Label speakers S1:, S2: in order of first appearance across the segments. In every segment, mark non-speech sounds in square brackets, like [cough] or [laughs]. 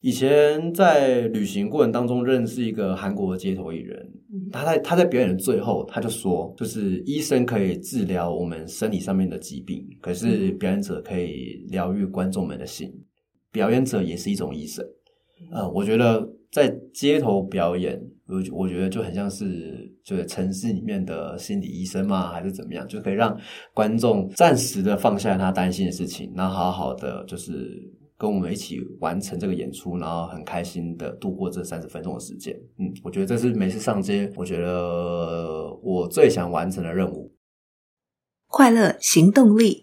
S1: 以前在旅行过程当中认识一个韩国的街头艺人，
S2: 嗯
S1: 他在他在表演的最后，他就说，就是医生可以治疗我们身体上面的疾病，可是表演者可以疗愈观众们的心，表演者也是一种医生。呃，我觉得在街头表演，我我觉得就很像是就是城市里面的心理医生嘛，还是怎么样，就可以让观众暂时的放下他担心的事情，然后好好的就是跟我们一起完成这个演出，然后很开心的度过这三十分钟的时间。嗯，我觉得这是每次上街，我觉得我最想完成的任务。
S2: 快乐行动力。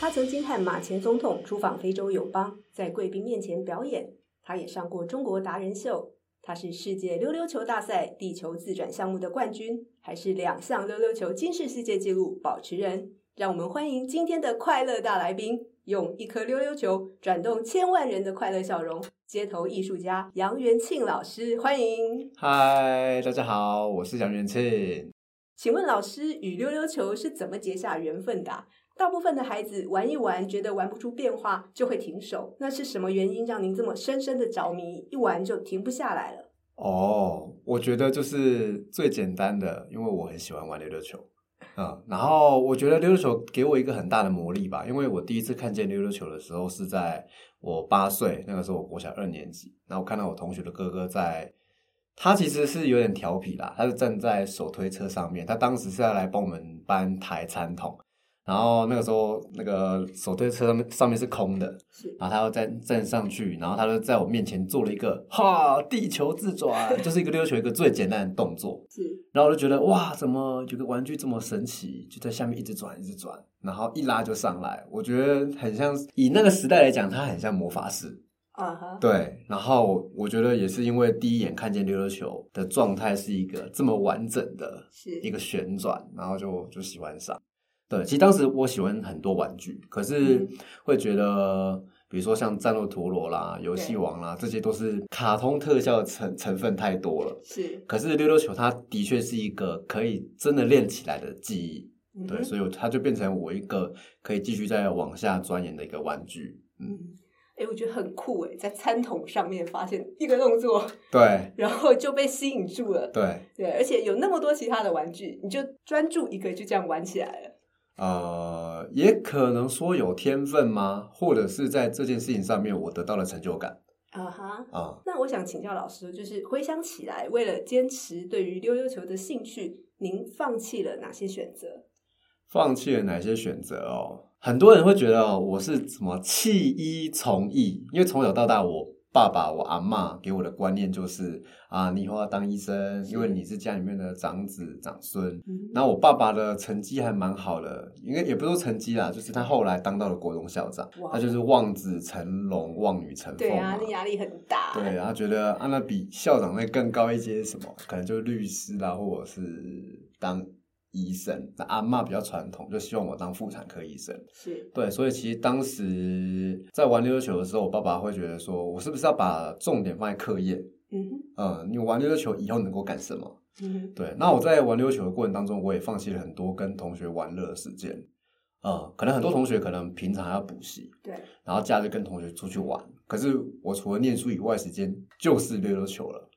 S3: 他曾经和马前总统出访非洲友邦，在贵宾面前表演。他也上过中国达人秀，他是世界溜溜球大赛地球自转项目的冠军，还是两项溜溜球金氏世界纪录保持人。让我们欢迎今天的快乐大来宾，用一颗溜溜球转动千万人的快乐笑容。街头艺术家杨元庆老师，欢迎。
S1: 嗨，大家好，我是杨元庆。
S3: 请问老师与溜溜球是怎么结下缘分的啊、大部分的孩子玩一玩，觉得玩不出变化就会停手，那是什么原因让您这么深深的着迷，一玩就停不下来了？
S1: 哦，我觉得就是最简单的，因为我很喜欢玩溜溜球，嗯，然后我觉得溜溜球给我一个很大的魔力吧，因为我第一次看见溜溜球的时候是在我八岁，那个时候我国小二年级，然后我看到我同学的哥哥在，他其实是有点调皮啦，他是站在手推车上面，他当时是要来帮我们搬抬餐桶。然后那个时候，那个手推车上面上面是空的，
S3: 是
S1: 然后他又站站上去，然后他就在我面前做了一个哈地球自转， [laughs] 就是一个溜球一个最简单的动作。
S3: 是，
S1: 然后我就觉得哇，怎么有个玩具这么神奇，就在下面一直转一直转，然后一拉就上来。我觉得很像以那个时代来讲，它很像魔法师。
S3: 啊哈，
S1: 对，然后我觉得也是因为第一眼看见溜溜球的状态是一个这么完整的
S3: 是
S1: 一个旋转，然后就就喜欢上。对，其实当时我喜欢很多玩具，可是
S3: 嗯
S1: 会觉得，比如说像战斗陀螺啦、游戏
S3: 对
S1: 王啦，这些都是卡通特效的成成分太多了。
S3: 是，
S1: 可是溜溜球它的确是一个可以真的练起来的技艺，
S3: 嗯
S1: 对，
S3: 哼
S1: 所以它就变成我一个可以继续再往下钻研的一个玩具。嗯，
S3: 嗯，哎，我觉得很酷哎，在餐桶上面发现一个动作，
S1: 对
S3: 然后就被吸引住了。
S1: 对。
S3: 对，而且有那么多其他的玩具，你就专注一个就这样玩起来了。
S1: 呃，也可能说有天分吗？或者是在这件事情上面我得到了成就感
S3: 啊哈，
S1: 啊、
S3: 那我想请教老师，就是回想起来，为了坚持对于溜溜球的兴趣，您放弃了哪些选择？
S1: 放弃了哪些选择哦？很多人会觉得哦我是什么弃医从医，因为从小到大我。爸爸，我阿嬷给我的观念就是啊，你以后要当医生，因为你是家里面的长子长孙。
S3: 嗯
S1: 那我爸爸的成绩还蛮好的，应该也不是说成绩啦，就是他后来当到了国中校长，
S3: 哇
S1: 他就是望子成龙，望女成凤
S3: 对啊
S1: 嘛，
S3: 那压力很大。
S1: 对，然后觉得啊，那比校长那更高一阶是什么，可能就是律师啦，或者是当医生。那阿嬷比较传统，就希望我当妇产科医生。
S3: 是
S1: 对，所以其实当时在玩溜溜球的时候，我爸爸会觉得说，我是不是要把重点放在课业？
S3: 嗯哼
S1: 嗯，你玩溜溜球以后能够干什么？
S3: 嗯哼
S1: 对，那我在玩溜溜球的过程当中，我也放弃了很多跟同学玩乐的时间。嗯，可能很多同学可能平常还要补习，
S3: 对，
S1: 然后假日跟同学出去玩。可是我除了念书以外，时间就是溜溜球了。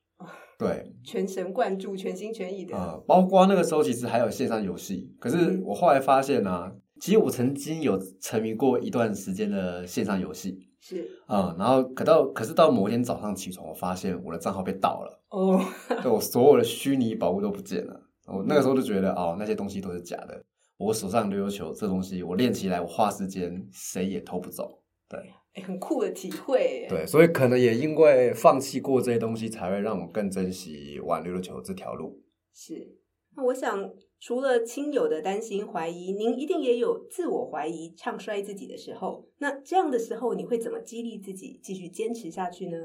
S1: 对，
S3: 全神贯注、全心全意的。
S1: 呃，包括那个时候其实还有线上游戏，可是
S3: 嗯
S1: 我后来发现呢、啊，其实我曾经有沉迷过一段时间的线上游戏，
S3: 是
S1: 嗯，然后可到可是到某一天早上起床，我发现我的账号被盗
S3: [laughs]
S1: 了，
S3: 哦，
S1: 对我所有的虚拟宝物都不见了。我那个时候就觉得哦，那些东西都是假的。我手上溜溜球这东西，我练起来，我花时间，谁也偷不走。
S3: 哎很酷的体会。，
S1: 对，所以可能也因为放弃过这些东西，才会让我更珍惜玩溜溜球这条路。 [laughs]
S3: 是。那我想，除了亲友的担心、怀疑，您一定也有自我怀疑、唱衰自己的时候。那这样的时候，你会怎么激励自己继续坚持下去呢？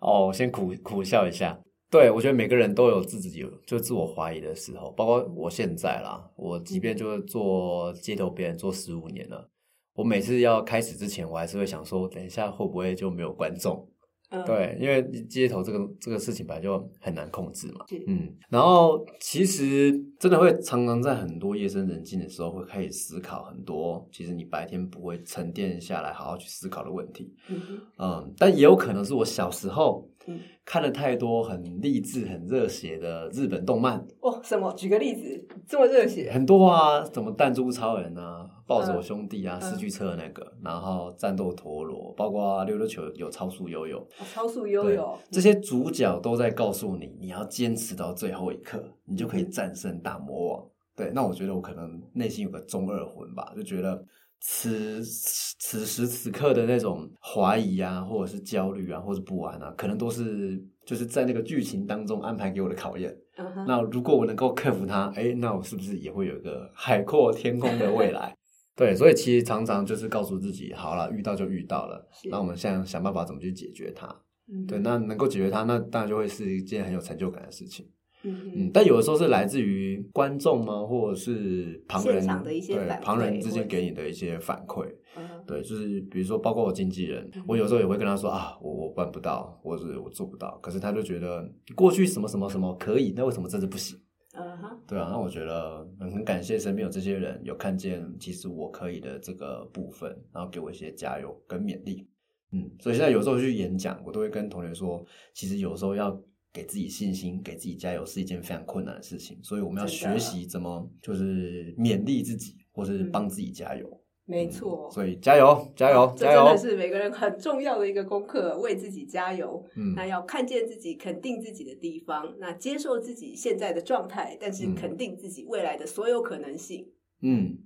S1: 哦，先苦苦笑一下。对，我觉得每个人都有自己有就自我怀疑的时候，包括我现在啦，我即便就是做街头表演做十五年了，我每次要开始之前，我还是会想说，等一下会不会就没有观众？
S3: 嗯，
S1: 对，因为街头这个这个事情本来就很难控制嘛
S3: 是。
S1: 嗯，然后其实真的会常常在很多夜深人静的时候，会开始思考很多，其实你白天不会沉淀下来好好去思考的问题。
S3: 嗯哼
S1: 嗯，但也有可能是我小时候
S3: 嗯
S1: 看了太多很励志、很热血的日本动漫，
S3: 哦，什么？举个例子，这么热血，
S1: 很多啊，什么弹珠超人啊、暴走兄弟啊、
S3: 嗯
S1: 四驱车那个，然后战斗陀螺，包括溜溜球有超速悠悠，
S3: 哦超速悠
S1: 对
S3: 悠，
S1: 这些主角都在告诉你，你要坚持到最后一刻，你就可以战胜大魔王。对，那我觉得我可能内心有个中二魂吧，就觉得此此时此刻的那种怀疑啊，或者是焦虑啊，或者是不安啊，可能都是就是在那个剧情当中安排给我的考验。
S3: 嗯哼，
S1: 那如果我能够克服它，哎，那我是不是也会有一个海阔天空的未来？对，所以其实常常就是告诉自己，好了，遇到就遇到了
S3: 是，
S1: 那我们现在想办法怎么去解决它。
S3: 嗯
S1: 对，那能够解决它，那当然就会是一件很有成就感的事情。嗯
S3: 嗯，
S1: 但有的时候是来自于观众吗，或者是旁人
S3: 现场的一些
S1: 对
S3: 反馈
S1: 旁人之
S3: 或
S1: 间
S3: 者
S1: 给你的一些反馈。
S3: 嗯
S1: 对，就是比如说，包括我经纪人
S3: 嗯，
S1: 我有时候也会跟他说啊，我我办不到，或者是我做不到，可是他就觉得过去什么什么什么可以，那为什么这次不行？
S3: 嗯哼，
S1: 对啊，那我觉得很很感谢身边有这些人有看见，其实我可以的这个部分，然后给我一些加油跟勉励。嗯，所以现在有时候去演讲，我都会跟同学说，其实有时候要给自己信心，给自己加油是一件非常困难的事情，所以我们要
S3: 真的
S1: 学
S3: 嗯
S1: 习怎么就是勉励自己，或是帮自己加油。
S3: 没
S1: 嗯
S3: 错，哦
S1: 所以加油，加油，
S3: 这
S1: 加
S3: 真
S1: 油
S3: 的！是每个人很重要的一个功课，为自己加油。
S1: 嗯
S3: 那要看见自己、肯定自己的地方，那接受自己现在的状态，但是
S1: 嗯
S3: 肯定自己未来的所有可能性。
S1: 嗯。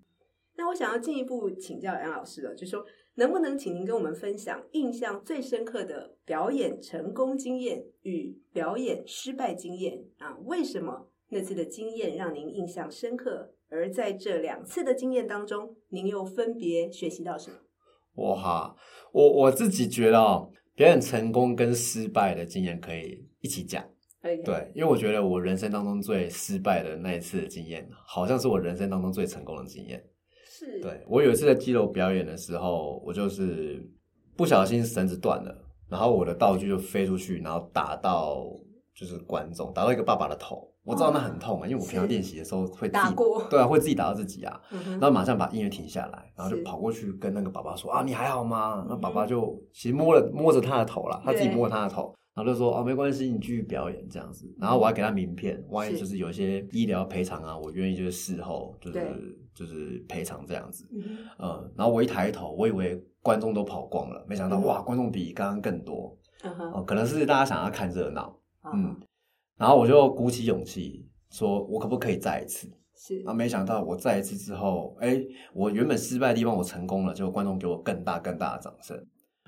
S3: 那我想要进一步请教杨老师了，就是说能不能请您跟我们分享印象最深刻的表演成功经验与表演失败经验啊？为什么那次的经验让您印象深刻？而在这两次的经验当中，您又分别学习到什么？
S1: 哇哈，我我自己觉得哦，表演成功跟失败的经验可以一起讲。
S3: 对
S1: 对，因为我觉得我人生当中最失败的那一次的经验，好像是我人生当中最成功的经验。
S3: 是，
S1: 对我有一次在基楼表演的时候，我就是不小心绳子断了，然后我的道具就飞出去，然后打到就是观众，打到一个爸爸的头。我知道那很痛啊，因为我平常
S3: 是
S1: 练习的时候会自己
S3: 打过
S1: 对啊，会自己打到自己啊。
S3: 嗯哼
S1: 然后马上把音乐停下来，然后就是跑过去跟那个爸爸说啊，你还好吗？那
S3: 嗯
S1: 爸爸就其实摸了摸着他的头啦，他自己
S3: 对
S1: 摸他的头，然后就说哦没关系，你继续表演这样子。然后我还给他名片，万一
S3: 是
S1: 就是有一些医疗赔偿啊，我愿意就是事后就
S3: 对
S1: 是就是赔偿这样子。
S3: 嗯哼
S1: 嗯，然后我一抬头，我以为观众都跑光了，没想到
S3: 嗯
S1: 哇，观众比刚刚更多
S3: 嗯
S1: 哦、
S3: 哼，
S1: 可能是大家想要看热闹，
S3: 啊
S1: 嗯，然后我就鼓起勇气说，我可不可以再一次？
S3: 是
S1: 啊，没想到我再一次之后，哎，我原本失败的地方我成功了，结果观众给我更大更大的掌声。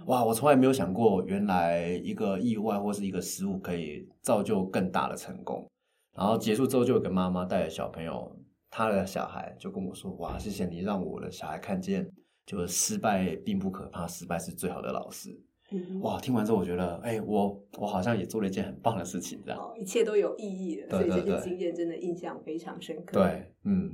S1: 哇，我从来没有想过，原来一个意外或是一个失误可以造就更大的成功。然后结束之后，就有个妈妈带着小朋友，她的小孩就跟我说：“哇，谢谢你让我的小孩看见，就是失败并不可怕，失败是最好的老师。”
S3: 嗯哼，
S1: 哇，听完之后我觉得，哎，我我好像也做了一件很棒的事情，这样。
S3: 哦，一切都有意义了，
S1: 对
S3: 所以这
S1: 对
S3: 个
S1: 对
S3: 经验真的印象非常深刻。
S1: 对，嗯，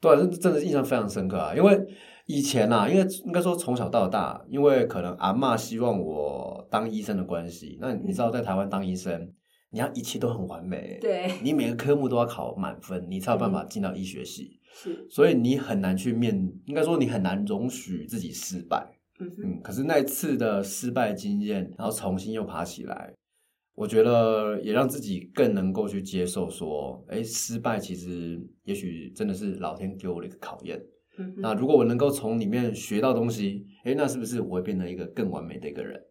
S1: 对，这真的是印象非常深刻啊！因为以前啊，因为应该说从小到大，因为可能阿嬷希望我当医生的关系，那你知道在台湾当医生，你要一切都很完美，，
S3: 对，
S1: 你每个科目都要考满分，你才有办法进到医学系，
S3: 是，
S1: 所以你很难去面，应该说你很难容许自己失败。
S3: 嗯哼，
S1: 嗯，可是那一次的失败经验，然后重新又爬起来，我觉得也让自己更能够去接受说，哎，失败其实也许真的是老天给我的一个考验。
S3: 嗯
S1: 那
S3: 哼，
S1: 如果我能够从里面学到东西，哎，那是不是我会变成一个更完美的一个人？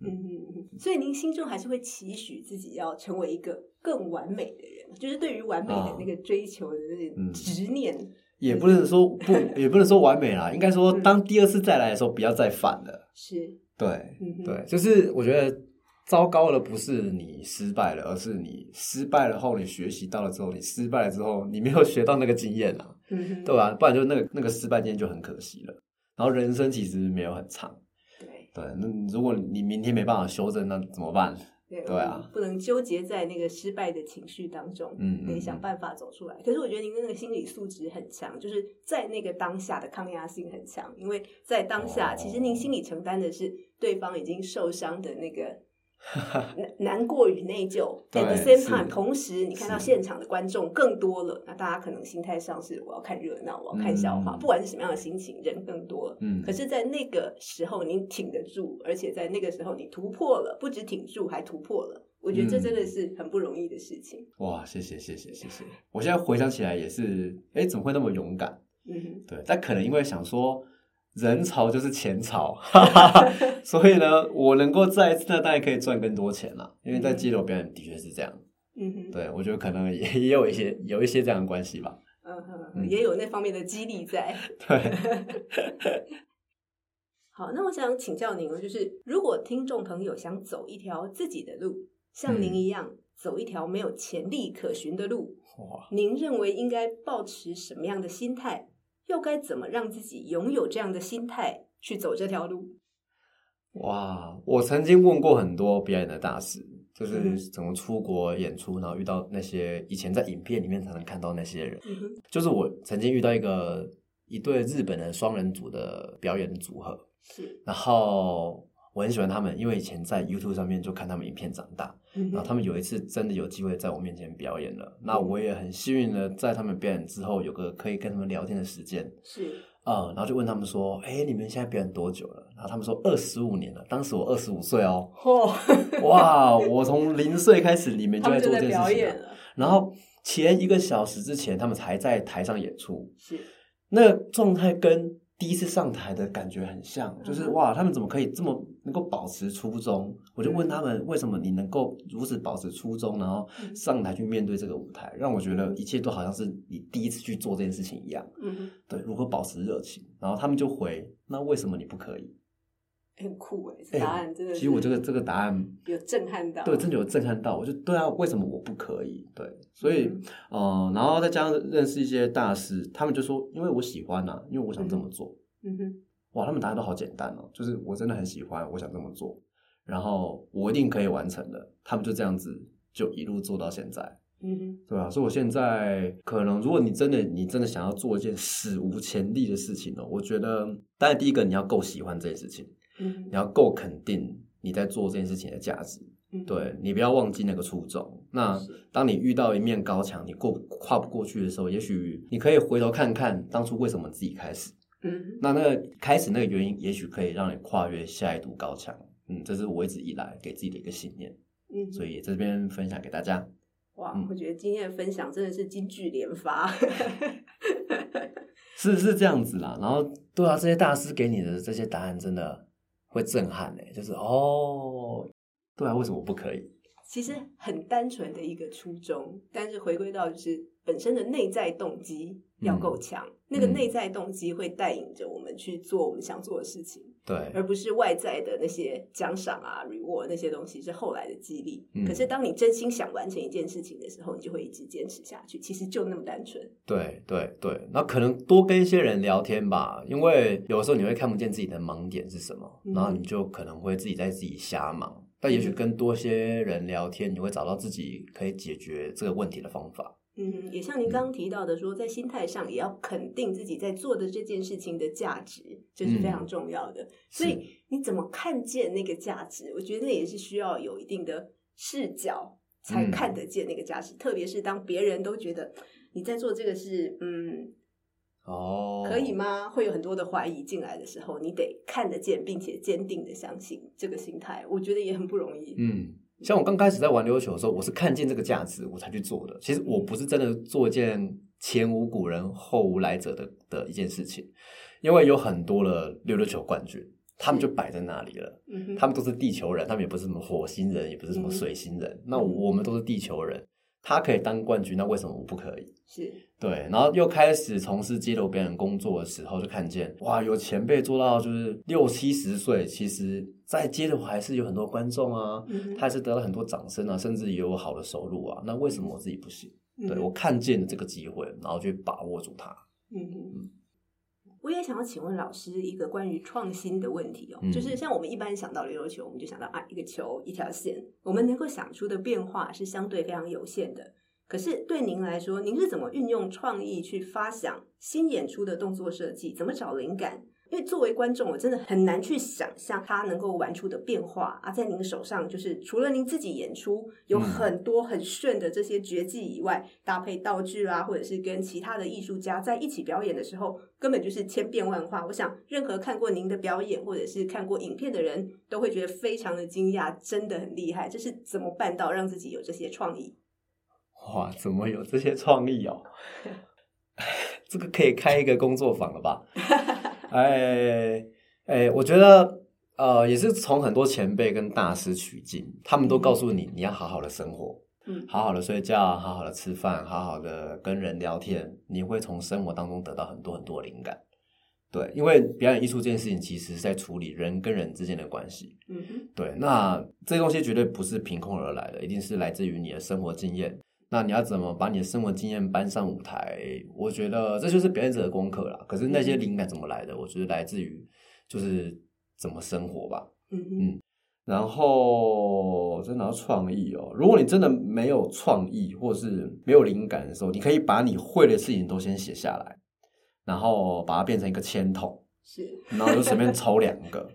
S3: 嗯哼，嗯哼所以您心中还是会期许自己要成为一个更完美的人，就是对于完美的那个追求的那种
S1: 啊嗯
S3: 执念。
S1: 也不能说不，也不能说完美啦，应该说
S3: 嗯
S1: 当第二次再来的时候，不要再犯了。
S3: 是，
S1: 对，
S3: 嗯哼，
S1: 对，就是我觉得糟糕的不是你失败了，而是你失败了后，你学习到了之后，你失败了之后，你没有学到那个经验啊，
S3: 嗯哼，
S1: 对吧、不然就那个那个失败经验就很可惜了。然后人生其实没有很长，
S3: 对
S1: 对，那如果你明天没办法修正，那怎么办？
S3: 对
S1: 对啊，
S3: 我们不能纠结在那个失败的情绪当中，
S1: 嗯嗯
S3: 得
S1: 嗯
S3: 想办法走出来。可是我觉得您的那个心理素质很强，就是在那个当下的抗压性很强，因为在当下，
S1: 哦 [laughs]
S3: 其实您心里承担的是对方已经受伤的那个难难过与内疚。
S1: 对
S3: At the same
S1: 是
S3: time，同时你看到
S1: 是
S3: 现场的观众更多了，那大家可能心态上是我要看热闹，我要看笑话，
S1: 嗯
S3: 不管是什么样的心情，人更多了。
S1: 嗯
S3: 可，是，在那个时候你挺得住，而且在那个时候你突破了，不止挺住，还突破了。我觉得这
S1: 嗯
S3: 真的是很不容易的事情。
S1: 哇，谢谢谢谢谢谢！我现在回想起来也是，哎，怎么会那么勇敢？
S3: 嗯哼，
S1: 对，但可能因为想说人潮就是钱
S3: [laughs]
S1: 潮，哈哈哈，所以呢，我能够再一次，那当然可以赚更多钱啦。因为在街头表演的确是这样，
S3: 嗯哼，
S1: 对我觉得可能也也有一些有一些这样的关系吧。
S3: 嗯哼，
S1: 嗯
S3: 嗯也有那方面的激励在。 [laughs]
S1: 对，
S3: 好，那我想请教您哦，就是如果听众朋友想走一条自己的路，像您
S1: 嗯
S3: 一样、走一条没有潜力可循的路，
S1: 哇，
S3: 您认为应该保持什么样的心态？又该怎么让自己拥有这样的心态去走这条路？
S1: 哇，我曾经问过很多表演的大师，就
S3: 嗯
S1: 是怎么出国演出，然后遇到那些以前在影片里面才能看到那些人。
S3: 嗯哼，
S1: 就是我曾经遇到一个一对日本的双人组的表演组合，
S3: 是，
S1: 然后我很喜欢他们，因为以前在 YouTube 上面就看他们影片长大，
S3: 嗯
S1: 然后
S3: 哼，
S1: 他们有一次真的有机会在我面前表演了，那我也很幸运的在他们表演之后有个可以跟他们聊天的时间，
S3: 是，
S1: 嗯，然后就问他们说，哎，你们现在表演多久了？然后他们说二十五年了，当时我二十五岁 [laughs] 哦，
S3: 哦，
S1: 哇，我从零岁开始，你们
S3: [laughs] 他
S1: 就在
S3: 们就
S1: 做
S3: 在
S1: 这件
S3: 表
S1: 事情啊
S3: 演
S1: 了，
S3: 了，
S1: 然后前一个小时之前他们才在台上演出，
S3: 是，
S1: 那个状态跟第一次上台的感觉很像，就是
S3: 嗯
S1: 哇，他们怎么可以这么能够保持初衷？我就问他们，为什么你能够如此保持初衷，然后
S3: 嗯
S1: 上台去面对这个舞台，让我觉得一切都好像是你第一次去做这件事情一样。
S3: 嗯哼，
S1: 对，如何保持热情？然后他们就回，那为什么你不可以？
S3: 很酷哎，这
S1: 哎
S3: 答案真的是，
S1: 其实我这个这个答案，
S3: 有震撼到，
S1: 对，真的有震撼到，我就对啊，为什么我不可以？对，所以
S3: 嗯
S1: 呃，然后再加上认识一些大师，他们就说，因为我喜欢啊，因为我想这么做。
S3: 嗯哼，
S1: 哇，他们答案都好简单哦，就是我真的很喜欢，我想这么做，然后我一定可以完成的。他们就这样子就一路做到现在，
S3: 嗯哼，
S1: 对吧、啊所以我现在可能，如果你真的你真的想要做一件史无前例的事情哦，我觉得，当然第一个你要够喜欢这件事情，
S3: 嗯
S1: 你要够肯定你在做这件事情的价值，
S3: 哼，
S1: 对你不要忘记那个初衷。那
S3: 是
S1: 当你遇到一面高墙，你过跨不过去的时候，也许你可以回头看看当初为什么自己开始。
S3: 嗯哼，
S1: 那那个开始那个原因，也许可以让你跨越下一堵高墙。嗯，这是我一直以来给自己的一个信念，
S3: 嗯哼
S1: 所以这边分享给大家。
S3: 哇
S1: 嗯，
S3: 我觉得今天的分享真的是金句连发。 [laughs]
S1: 是是这样子啦。然后，对啊，这些大师给你的这些答案真的会震撼诶、就是哦，对啊，为什么不可以？
S3: 其实很单纯的一个初衷，但是回归到就是本身的内在动机
S1: 嗯
S3: 要够强，那个内在动机会带领着我们去做我们想做的事情，
S1: 对，
S3: 而不是外在的那些奖赏啊、reward 那些东西是后来的激励。
S1: 嗯
S3: 可是当你真心想完成一件事情的时候，你就会一直坚持下去。其实就那么单纯。
S1: 对对对，那可能多跟一些人聊天吧，因为有时候你会看不见自己的盲点是什么，
S3: 嗯
S1: 然后你就可能会自己在自己瞎忙。但也许跟多些人聊天，你会找到自己可以解决这个问题的方法。
S3: 嗯，也像您刚刚提到的说，在心态上也要肯定自己在做的这件事情的价值，这、是非常重要的。所以
S1: 嗯是
S3: 你怎么看见那个价值？我觉得那也是需要有一定的视角才
S1: 嗯
S3: 看得见那个价值，特别是当别人都觉得你在做这个是嗯
S1: 哦，
S3: 可以？吗？会有很多的怀疑进来的时候，你得看得见，并且坚定的相信这个心态，我觉得也很不容易。
S1: 嗯，像我刚开始在玩溜球的时候，我是看见这个价值我才去做的。其实我不是真的做一件前无古人后无来者的的一件事情，因为有很多的溜溜球冠军，他们就摆在那里了。
S3: 嗯哼，
S1: 他们都是地球人，他们也不是什么火星人，也不是
S3: 嗯
S1: 什么水星人。那我们都是地球人，他可以当冠军，那为什么我不可以？
S3: 是
S1: 对，然后又开始从事街头表演工作的时候，就看见哇，有前辈做到就是六七十岁，其实在街头还是有很多观众啊，
S3: 嗯哼
S1: 他还是得到很多掌声啊，甚至也有好的收入啊。那为什么我自己不行？对
S3: 嗯
S1: 我看见了这个机会，然后去把握住它。
S3: 嗯，我也想要请问老师一个关于创新的问题哦，
S1: 嗯
S3: 就是像我们一般想到溜溜球，我们就想到啊一个球一条线，我们能够想出的变化是相对非常有限的。可是对您来说，您是怎么运用创意去发想新演出的动作设计？怎么找灵感？因为作为观众，我真的很难去想象它能够玩出的变化啊！在您手上，就是除了您自己演出有很多很炫的这些绝技以外，搭配道具啦、或者是跟其他的艺术家在一起表演的时候，根本就是千变万化。我想，任何看过您的表演或者是看过影片的人都会觉得非常的惊讶，真的很厉害！这是怎么办到让自己有这些创意？
S1: 哇，怎么有这些创意哦？ [laughs] 这个可以开一个工作坊了吧？哎哎，我觉得呃，也是从很多前辈跟大师取经，他们都告诉你，你要好好的生活，
S3: 嗯
S1: 好好的睡觉，好好的吃饭，好好的跟人聊天，你会从生活当中得到很多很多灵感。对，因为表演艺术这件事情，其实是在处理人跟人之间的关系。
S3: 嗯哼，
S1: 对，那这些东西绝对不是凭空而来的，一定是来自于你的生活经验。那你要怎么把你的生活经验搬上舞台？我觉得这就是表演者的功课啦。可是那些灵感怎么来的？我觉得来自于就是怎么生活吧。
S3: 嗯哼，
S1: 然后真的要创意哦。如果你真的没有创意，或是没有灵感的时候，你可以把你会的事情都先写下来，然后把它变成一个铅筒，
S3: 是，
S1: 然后就随便抽两个。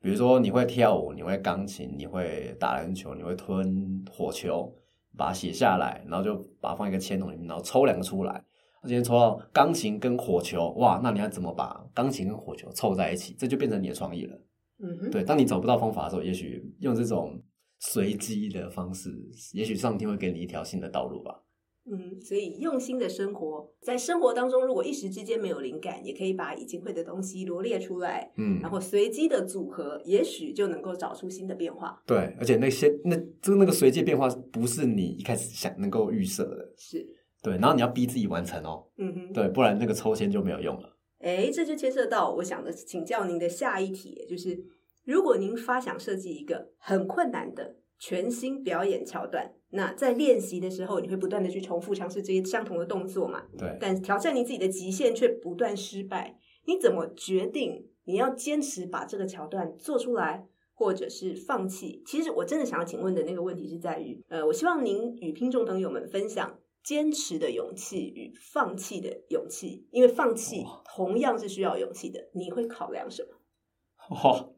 S1: 比如说你会跳舞，你会钢琴，你会打篮球，你会吞火球，把它写下来，然后就把它放一个铅筒里面，然后抽两个出来。那今天抽到钢琴跟火球，哇，那你要怎么把钢琴跟火球凑在一起？这就变成你的创意了。
S3: 嗯哼，
S1: 对，当你找不到方法的时候，也许用这种随机的方式，也许上天会给你一条新的道路吧。
S3: 嗯，所以用心的生活，在生活当中，如果一时之间没有灵感，也可以把已经会的东西罗列出来，
S1: 嗯
S3: 然后随机的组合，也许就能够找出新的变化。
S1: 对，而且那些那就那个随机变化不是你一开始想能够预设的，
S3: 是，
S1: 对，然后你要逼自己完成哦，
S3: 嗯哼，。
S1: 对，不然那个抽签就没有用了。
S3: 哎，这就牵涉到我想的，请教您的下一题，也就是如果您发想设计一个很困难的全新表演桥段，那在练习的时候，你会不断的去重复尝试这些相同的动作嘛？
S1: 对，
S3: 但挑战你自己的极限却不断失败，你怎么决定你要坚持把这个桥段做出来，或者是放弃？其实我真的想要请问的那个问题是在于，呃，我希望您与听众朋友们分享坚持的勇气与放弃的勇气，因为放弃
S1: 哇
S3: 同样是需要勇气的。你会考量什么？
S1: 哇，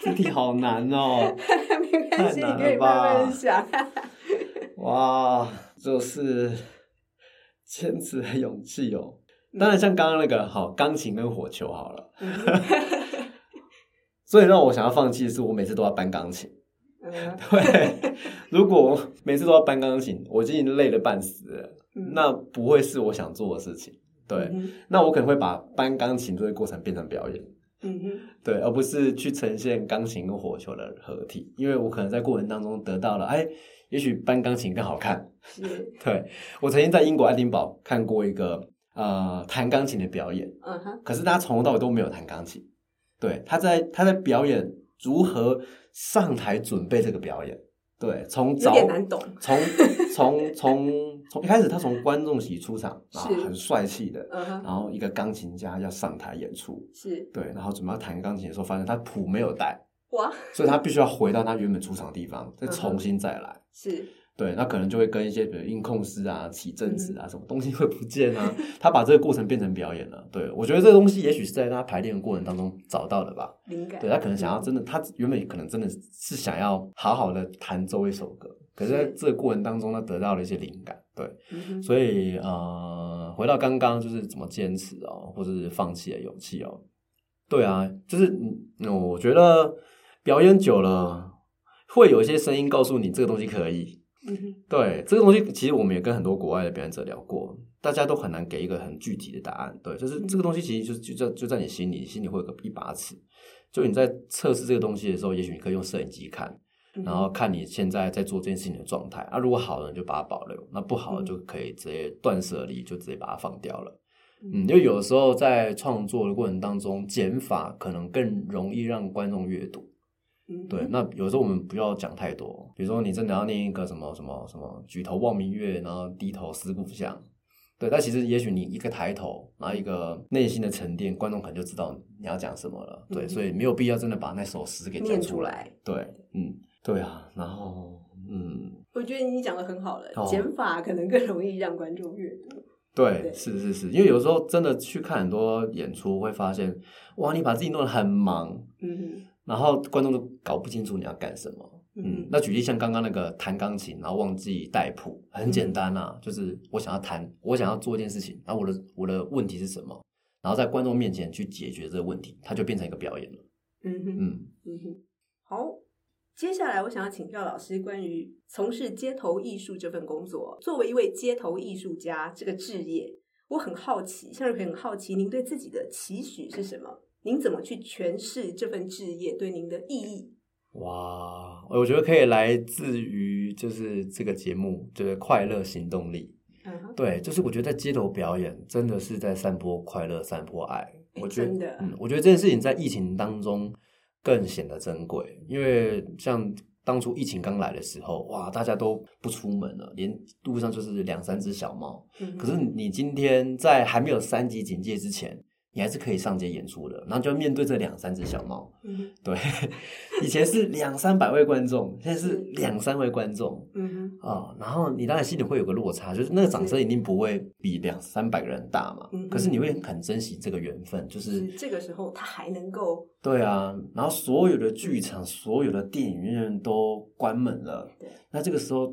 S1: 这题好难哦，
S3: [laughs] 没关
S1: 太
S3: 系，你
S1: 难
S3: 可以
S1: 了
S3: 慢
S1: 吧
S3: 慢想。
S1: 哇，就是坚持的勇气哦。当然，像刚刚那个好钢琴跟火球好了， [laughs] 所以让我想要放弃的是，我每次都要搬钢琴。
S3: [laughs]
S1: [laughs]
S3: 嗯
S1: 对，如果我每次都要搬钢琴，我已经累得半死了，
S3: 嗯
S1: [laughs] 那不会是我想做的事情。对，
S3: 嗯
S1: 那我可能会把搬钢琴这个过程变成表演，
S3: 嗯哼，
S1: 对，而不是去呈现钢琴跟火球的合体，因为我可能在过程当中得到了，哎，也许搬钢琴更好看。
S3: 是，
S1: 对我曾经在英国爱丁堡看过一个呃弹钢琴的表演，
S3: 嗯哼，
S1: 可是他从头到尾都没有弹钢琴，对，他在他在表演如何上台准备这个表演，对，从
S3: 有
S1: 早
S3: 点难懂。
S1: 从从从从一开始他从观众席出场，然后
S3: 是
S1: 很帅气的，
S3: 嗯哼，
S1: 然后一个钢琴家要上台演出，
S3: 是
S1: 对，然后准备要弹钢琴的时候，发现他谱没有带，
S3: 哇，
S1: 所以他必须要回到他原本出场的地方，再
S3: 嗯哼
S1: 重新再来。
S3: 是
S1: 对，那可能就会跟一些比如音控师啊、起
S3: 嗯
S1: 振子啊，什么东西会不见啊，他把这个过程变成表演了。对我觉得这个东西也许是在他排练的过程当中找到的吧。
S3: 灵感。嗯
S1: 对他可能想要真的，他原本可能真的是想要好好的弹奏一首歌，可是在
S3: 是
S1: 这个过程当中，他得到了一些灵感。对，
S3: 嗯哼，
S1: 所以呃，回到刚刚就是怎么坚持哦，或是放弃的勇气哦。对啊，就是嗯，我觉得表演久了，会有一些声音告诉你这个东西可以。
S3: 嗯哼，
S1: 对，这个东西其实我们也跟很多国外的表演者聊过，大家都很难给一个很具体的答案。对，就是这个东西其实就就在就在你心里，心里会有个一把尺。就你在测试这个东西的时候，也许你可以用摄影机看，
S3: 嗯哼
S1: 然后看你现在在做这件事情的状态。啊，如果好的你就把它保留，那不
S3: 嗯
S1: 好的就可以直接断舍离，就直接把它放掉了。嗯，因为有的时候在创作的过程当中，减法可能更容易让观众阅读。
S3: 嗯
S1: 对，那有时候我们不要讲太多，比如说你真的要念一个什么什么什么举头望明月，然后低头思故乡。对，但其实也许你一个抬头，然后一个内心的沉淀，观众可能就知道你要讲什么了。对，
S3: 嗯
S1: 所以没有必要真的把那首诗给讲
S3: 念出来。
S1: 对，嗯，对啊，然后嗯，
S3: 我觉得你讲的很好了
S1: 哦，
S3: 减法可能更容易让观众阅读。
S1: 对
S3: 对，
S1: 是是是，因为有时候真的去看很多演出，会发现哇，你把自己弄得很忙，
S3: 嗯
S1: 然后观众都搞不清楚你要干什么。嗯，那举例像刚刚那个弹钢琴，然后忘记带谱，很简单啊，就是我想要弹，我想要做一件事情，然后我的我的问题是什么，然后在观众面前去解决这个问题，它就变成一个表演了。
S3: 嗯哼
S1: 嗯，
S3: 嗯哼，好。接下来，我想要请教老师关于从事街头艺术这份工作，作为一位街头艺术家这个职业，我很好奇，向日葵很好奇，您对自己的期许是什么？您怎么去诠释这份职业对您的意义？
S1: 哇，哎我觉得可以来自于就是这个节目，就是快乐行动力。
S3: 嗯哼，
S1: 对，就是我觉得在街头表演真的是在散播快乐，散播爱。
S3: 哎
S1: 我觉得
S3: 真的
S1: 嗯，我觉得这件事情在疫情当中更显得珍贵，因为像当初疫情刚来的时候，哇，大家都不出门了，连路上就是两三只小猫。
S3: 嗯哼
S1: 可是你今天在还没有三级警戒之前，你还是可以上街演出的，然后就面对这两三只小猫。
S3: 嗯哼
S1: 对， [laughs] 以前是两三百位观众，现在是
S3: 嗯
S1: 两三位观众。
S3: 嗯哼
S1: 啊、然后你当然心里会有个落差，就是那个掌声一定不会比两三百个人大嘛，
S3: 嗯
S1: 可是你会很珍惜这个缘分，就是是
S3: 这个时候他还能够
S1: 对啊，然后所有的剧场、所有的电影院都关门了，
S3: 对
S1: 那这个时候，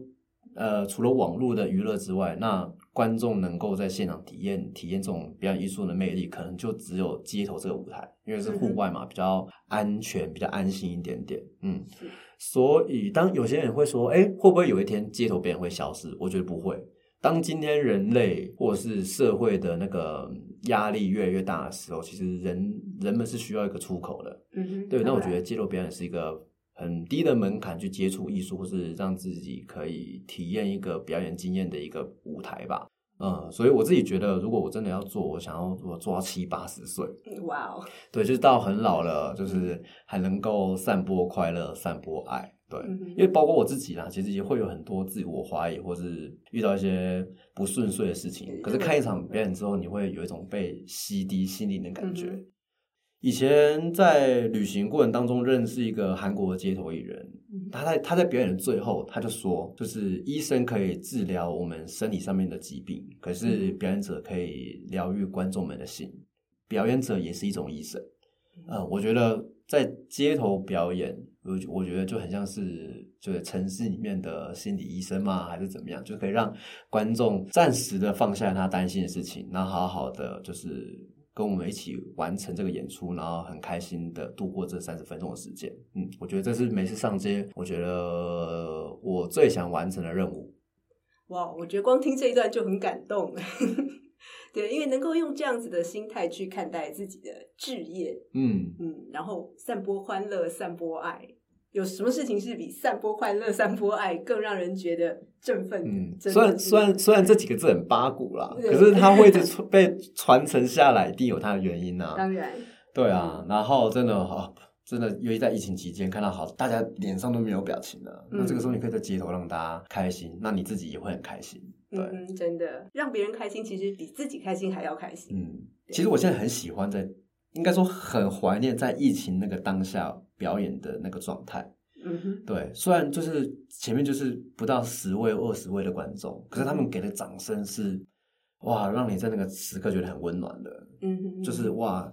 S1: 呃，除了网络的娱乐之外，那观众能够在现场体验体验这种表演艺术的魅力，可能就只有街头这个舞台，因为是户外
S3: 嗯
S1: 嘛，比较安全，比较安心一点点，嗯。
S3: 是
S1: 所以，当有些人会说：“哎，会不会有一天街头表演会消失？”我觉得不会。当今天人类或者是社会的那个嗯压力越来越大的时候，其实人人们是需要一个出口的。
S3: 嗯哼
S1: 对，那我觉
S3: 当
S1: 得
S3: 然
S1: 街头表演是一个很低的门槛去接触艺术，或是让自己可以体验一个表演经验的一个舞台吧。嗯，所以我自己觉得，如果我真的要做，我想要我做到七八十岁，
S3: 嗯哇哦，
S1: 对，就是到很老了，就是还能够散播快乐、散播爱。对，
S3: 嗯哼
S1: 因为包括我自己啦，其实也会有很多自我怀疑，或是遇到一些不顺遂的事情。
S3: 嗯
S1: 可是看一场表演之后，你会有一种被洗涤心灵的感觉。
S3: 嗯哼
S1: 以前在旅行过程当中认识一个韩国的街头艺人，
S3: 嗯
S1: 他在他在表演的最后，他就说，就是医生可以治疗我们身体上面的疾病，可是
S3: 嗯
S1: 表演者可以疗愈观众们的心，表演者也是一种医生。嗯，我觉得在街头表演，我觉我觉得就很像是就是城市里面的心理医生嘛，还是怎么样，就可以让观众暂时的放下他担心的事情，然后好好的就是跟我们一起完成这个演出，然后很开心的度过这三十分钟的时间。嗯，我觉得这是每次上街，我觉得我最想完成的任务。
S3: 哇，哦我觉得光听这一段就很感动。 [laughs] 对，因为能够用这样子的心态去看待自己的置业，
S1: 嗯，
S3: 嗯，然后散播欢乐、散播爱，有什么事情是比散播欢乐、散播爱更让人觉得振奋的？
S1: 嗯，
S3: 真的
S1: 虽然
S3: 是
S1: 虽然虽然这几个字很八股啦，
S3: 对
S1: 可是它会一直传被传承下来，一定有它的原因啊。
S3: 当然，
S1: 对啊，然后真的好、真的，尤其在疫情期间，看到好大家脸上都没有表情了、
S3: 嗯
S1: 那这个时候你可以在街头让大家开心，那你自己也会很开心。对，
S3: 嗯哼，真的让别人开心，其实比自己开心还要开心。
S1: 嗯，其实我现在很喜欢在，应该说很怀念在疫情那个当下表演的那个状态。
S3: 嗯哼，
S1: 对，虽然就是前面就是不到十位、二十位的观众，可是他
S3: 嗯
S1: 们给的掌声是哇，让你在那个时刻觉得很温暖的。
S3: 嗯哼，
S1: 就是哇，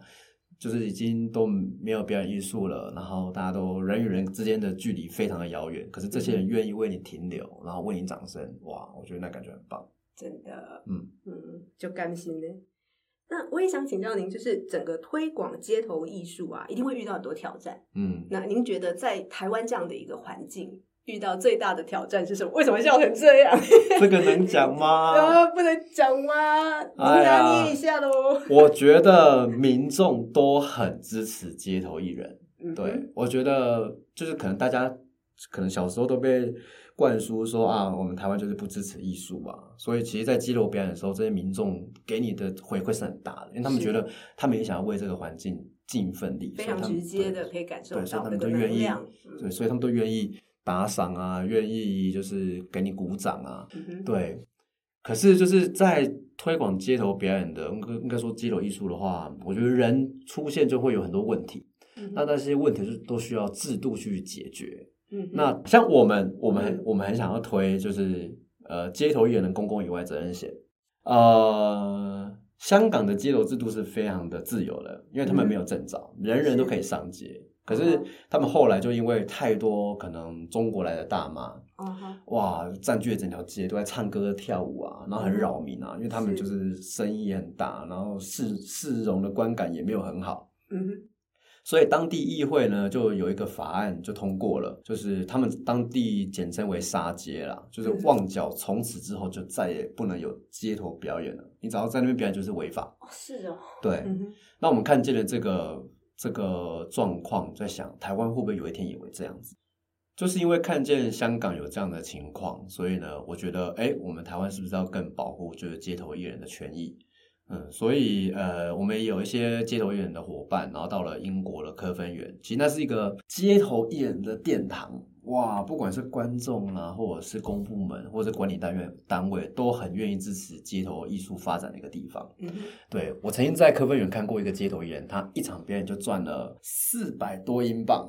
S1: 就是已经都没有表演艺术了，然后大家都人与人之间的距离非常的遥远，可是这
S3: 嗯
S1: 些人愿意为你停留，然后为你掌声，哇，我觉得那感觉很棒。
S3: 真的，
S1: 嗯
S3: 嗯，就甘心呢。那我也想请教您，就是整个推广街头艺术啊，一定会遇到很多挑战。
S1: 嗯，
S3: 那您觉得在台湾这样的一个环境，遇到最大的挑战是什么？为什么笑成这样？
S1: 这个能讲
S3: [laughs]
S1: 吗？
S3: 啊，不能讲吗？
S1: 哎呀
S3: 拿捏一下喽。
S1: 我觉得民众都很支持街头艺人，
S3: 嗯哼
S1: 对，我觉得就是可能大家可能小时候都被灌输说啊，我们台湾就是不支持艺术啊，所以其实，在街头表演的时候，这些民众给你的回馈是很大的，因为他们
S3: 是
S1: 觉得他们也想要为这个环境尽一份力，
S3: 非
S1: 所
S3: 常
S1: 以他们
S3: 直接的
S1: 对
S3: 可以感受
S1: 对，所以
S3: 到
S1: 他
S3: 那
S1: 们
S3: 个
S1: 都愿
S3: 能
S1: 意
S3: 量。，嗯
S1: 对，所以他们都愿意打赏啊，愿意就是给你鼓掌啊，
S3: 嗯哼，
S1: 对，可是就是在推广街头表演的，应该应该说街头艺术的话，我觉得人出现就会有很多问题，
S3: 嗯哼
S1: 那那些问题是都需要制度去解决。
S3: 嗯哼
S1: 那像我们，我们很
S3: 嗯
S1: 我们很想要推就是呃街头艺人的公共以外责任险，呃，香港的街头制度是非常的自由了，因为他们没有证照，人人都可以上街。可是
S3: 嗯
S1: 他们后来就因为太多可能中国来的大妈，
S3: 嗯哼，
S1: 哇，占据了整条街，都在唱歌跳舞啊，然后很扰民啊，因为他们就是生意也很大，然后市市容的观感也没有很好。
S3: 嗯哼，
S1: 所以当地议会呢，就有一个法案就通过了，就是他们当地简称为沙街啦，就是
S3: 嗯
S1: 旺角从此之后就再也不能有街头表演了，你只要在那边表演就是违法。
S3: 哦是哦，
S1: 对，
S3: 嗯哼，
S1: 那我们看见了这个这个状况，在想台湾会不会有一天也会这样子？就是因为看见香港有这样的情况，所以呢，我觉得，哎，我们台湾是不是要更保护就是街头艺人的权益？嗯，所以呃，我们也有一些街头艺人的伙伴，然后到了英国的科芬园，其实那是一个街头艺人的殿堂。哇，不管是观众啊，或者是公部门，或者是管理单位单位，都很愿意支持街头艺术发展的一个地方。
S3: 嗯哼，
S1: 对我曾经在科芬园看过一个街头艺人，他一场表演就赚了四百多英镑。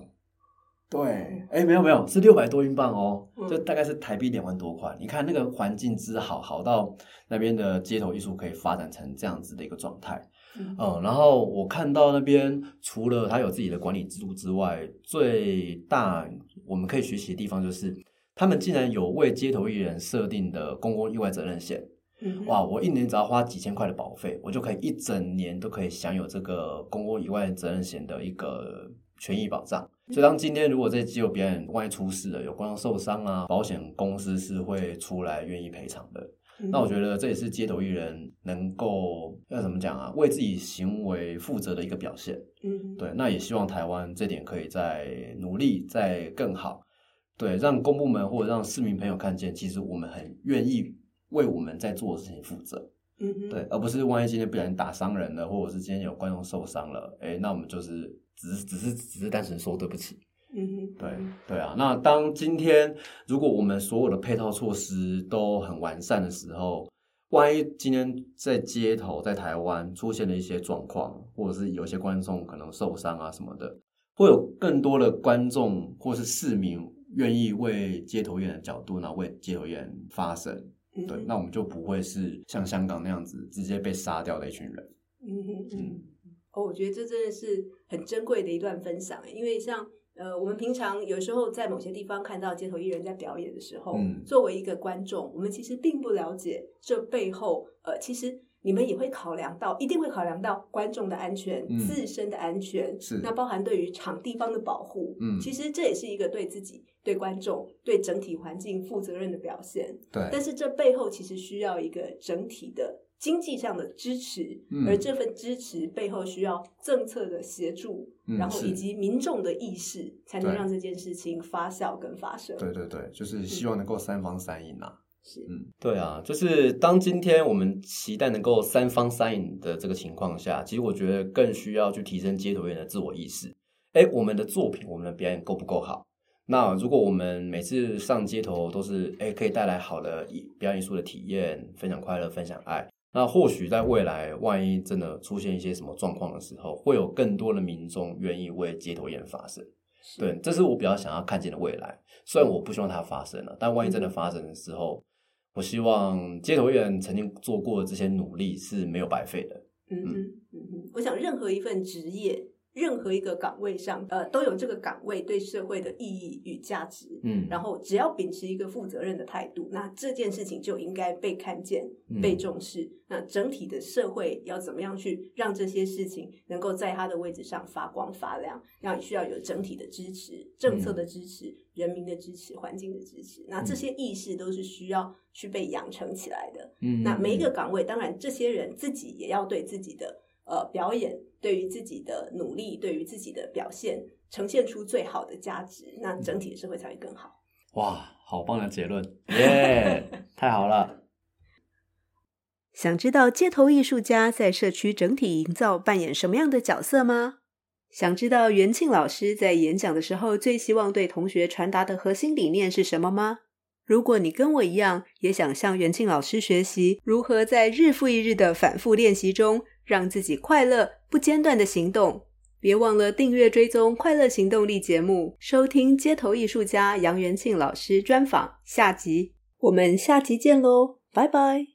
S1: 对
S3: 嗯，
S1: 哎，没有没有，是六百多英镑哦
S3: 嗯，
S1: 就大概是台币两万多块。你看那个环境之好，好到那边的街头艺术可以发展成这样子的一个状态。
S3: 嗯哼
S1: 嗯，然后我看到那边除了他有自己的管理制度之外，最大我们可以学习的地方就是，他们竟然有为街头艺人设定的公共意外责任险。
S3: 嗯哼，
S1: 哇，我一年只要花几千块的保费，我就可以一整年都可以享有这个公共以外责任险的一个权益保障。所以，当今天如果这肌肉表演万一出事了，有观众受伤啊，保险公司是会出来愿意赔偿的。那我
S3: 得
S1: 觉得这也是街头艺人能够要怎么讲啊，为自己行为负责的一个表现。
S3: 嗯哼，
S1: 对，那也希望台湾这点可以再努力，再更好，对，让公部门或者让市民朋友看见，其实我们很愿意为我们在做的事情负责，
S3: 嗯哼，
S1: 对，而不是万一今天不小心打伤人了，或者是今天有观众受伤了，哎，那我们就是只是只是只是单纯说对不起，
S3: 嗯哼，
S1: 对
S3: 嗯
S1: 对啊。那当今天如果我们所有的配套措施都很完善的时候，万一今天在街头在台湾出现了一些状况，或者是有一些观众可能受伤啊什么的，会有更多的观众或是市民愿意为街头艺人的角度呢为街头艺人发声。
S3: 哼
S1: 对，那我们就不会是像香港那样子直接被杀掉的一群人。
S3: 嗯哼嗯
S1: 嗯，
S3: 哦，我觉得这真的是很珍贵的一段分享，欸因为像呃，我们平常有时候在某些地方看到街头艺人在表演的时候，
S1: 嗯
S3: 作为一个观众，我们其实并不了解这背后，呃，其实你们也会考量到，一定会考量到观众的安全、
S1: 嗯
S3: 自身的安全，
S1: 是
S3: 那包含对于场地方的保护，
S1: 嗯
S3: 其实这也是一个对自己、对观众、对整体环境负责任的表现。但
S1: 对，
S3: 是这背后其实需要一个整体的经济上的支持，
S1: 嗯
S3: 而这份支持背后需要政策的协助，
S1: 嗯
S3: 然后
S1: 是
S3: 以及民众的意识，才能
S1: 对
S3: 让这件事情发酵跟发生。
S1: 对对对，就是希望能够三方三赢啊。
S3: 是，
S1: 嗯，对啊，就是当今天我们期待能够三方三赢的这个情况下，其实我觉得更需要去提升街头艺人的自我意识。哎，我们的作品，我们的表演够不够好？那如果我们每次上街头都是哎，可以带来好的艺表演艺术的体验，分享快乐，分享爱。那或许在未来，万一真的出现一些什么状况的时候，会有更多的民众愿意为街头艺人发声。
S3: 是
S1: 对，这是我比较想要看见的未来。虽然我不希望它发生了，但万一
S3: 嗯
S1: 真的发生的时候，我希望街头艺人曾经做过的这些努力是没有白费的。
S3: 嗯哼，嗯哼，我想任何一份职业。任何一个岗位上，呃，都有这个岗位对社会的意义与价值。
S1: 嗯，
S3: 然后，只要秉持一个负责任的态度，那这件事情就应该被看见、
S1: 嗯
S3: 被重视。那整体的社会要怎么样去让这些事情能够在它的位置上发光发亮？那需要有整体的支持、政策的支
S1: 嗯
S3: 持、人民的支持、环境的支持。那这些意识都是需要去被养成起来的。
S1: 嗯
S3: 那每一个岗位，当然这些人自己也要对自己的呃表演，对于自己的努力，对于自己的表现，呈现出最好的价值，
S1: 嗯
S3: 那整体的社会才会更好。
S1: 哇，好棒的结论，耶、太好了。
S2: 想知道街头艺术家在社区整体营造扮演什么样的角色吗？想知道袁庆老师在演讲的时候最希望对同学传达的核心理念是什么吗？如果你跟我一样，也想向袁庆老师学习如何在日复一日的反复练习中，让自己快乐不间断的行动，别忘了订阅追踪《快乐行动力》节目，收听街头艺术家杨元庆老师专访下集。我们下集见喽，拜拜。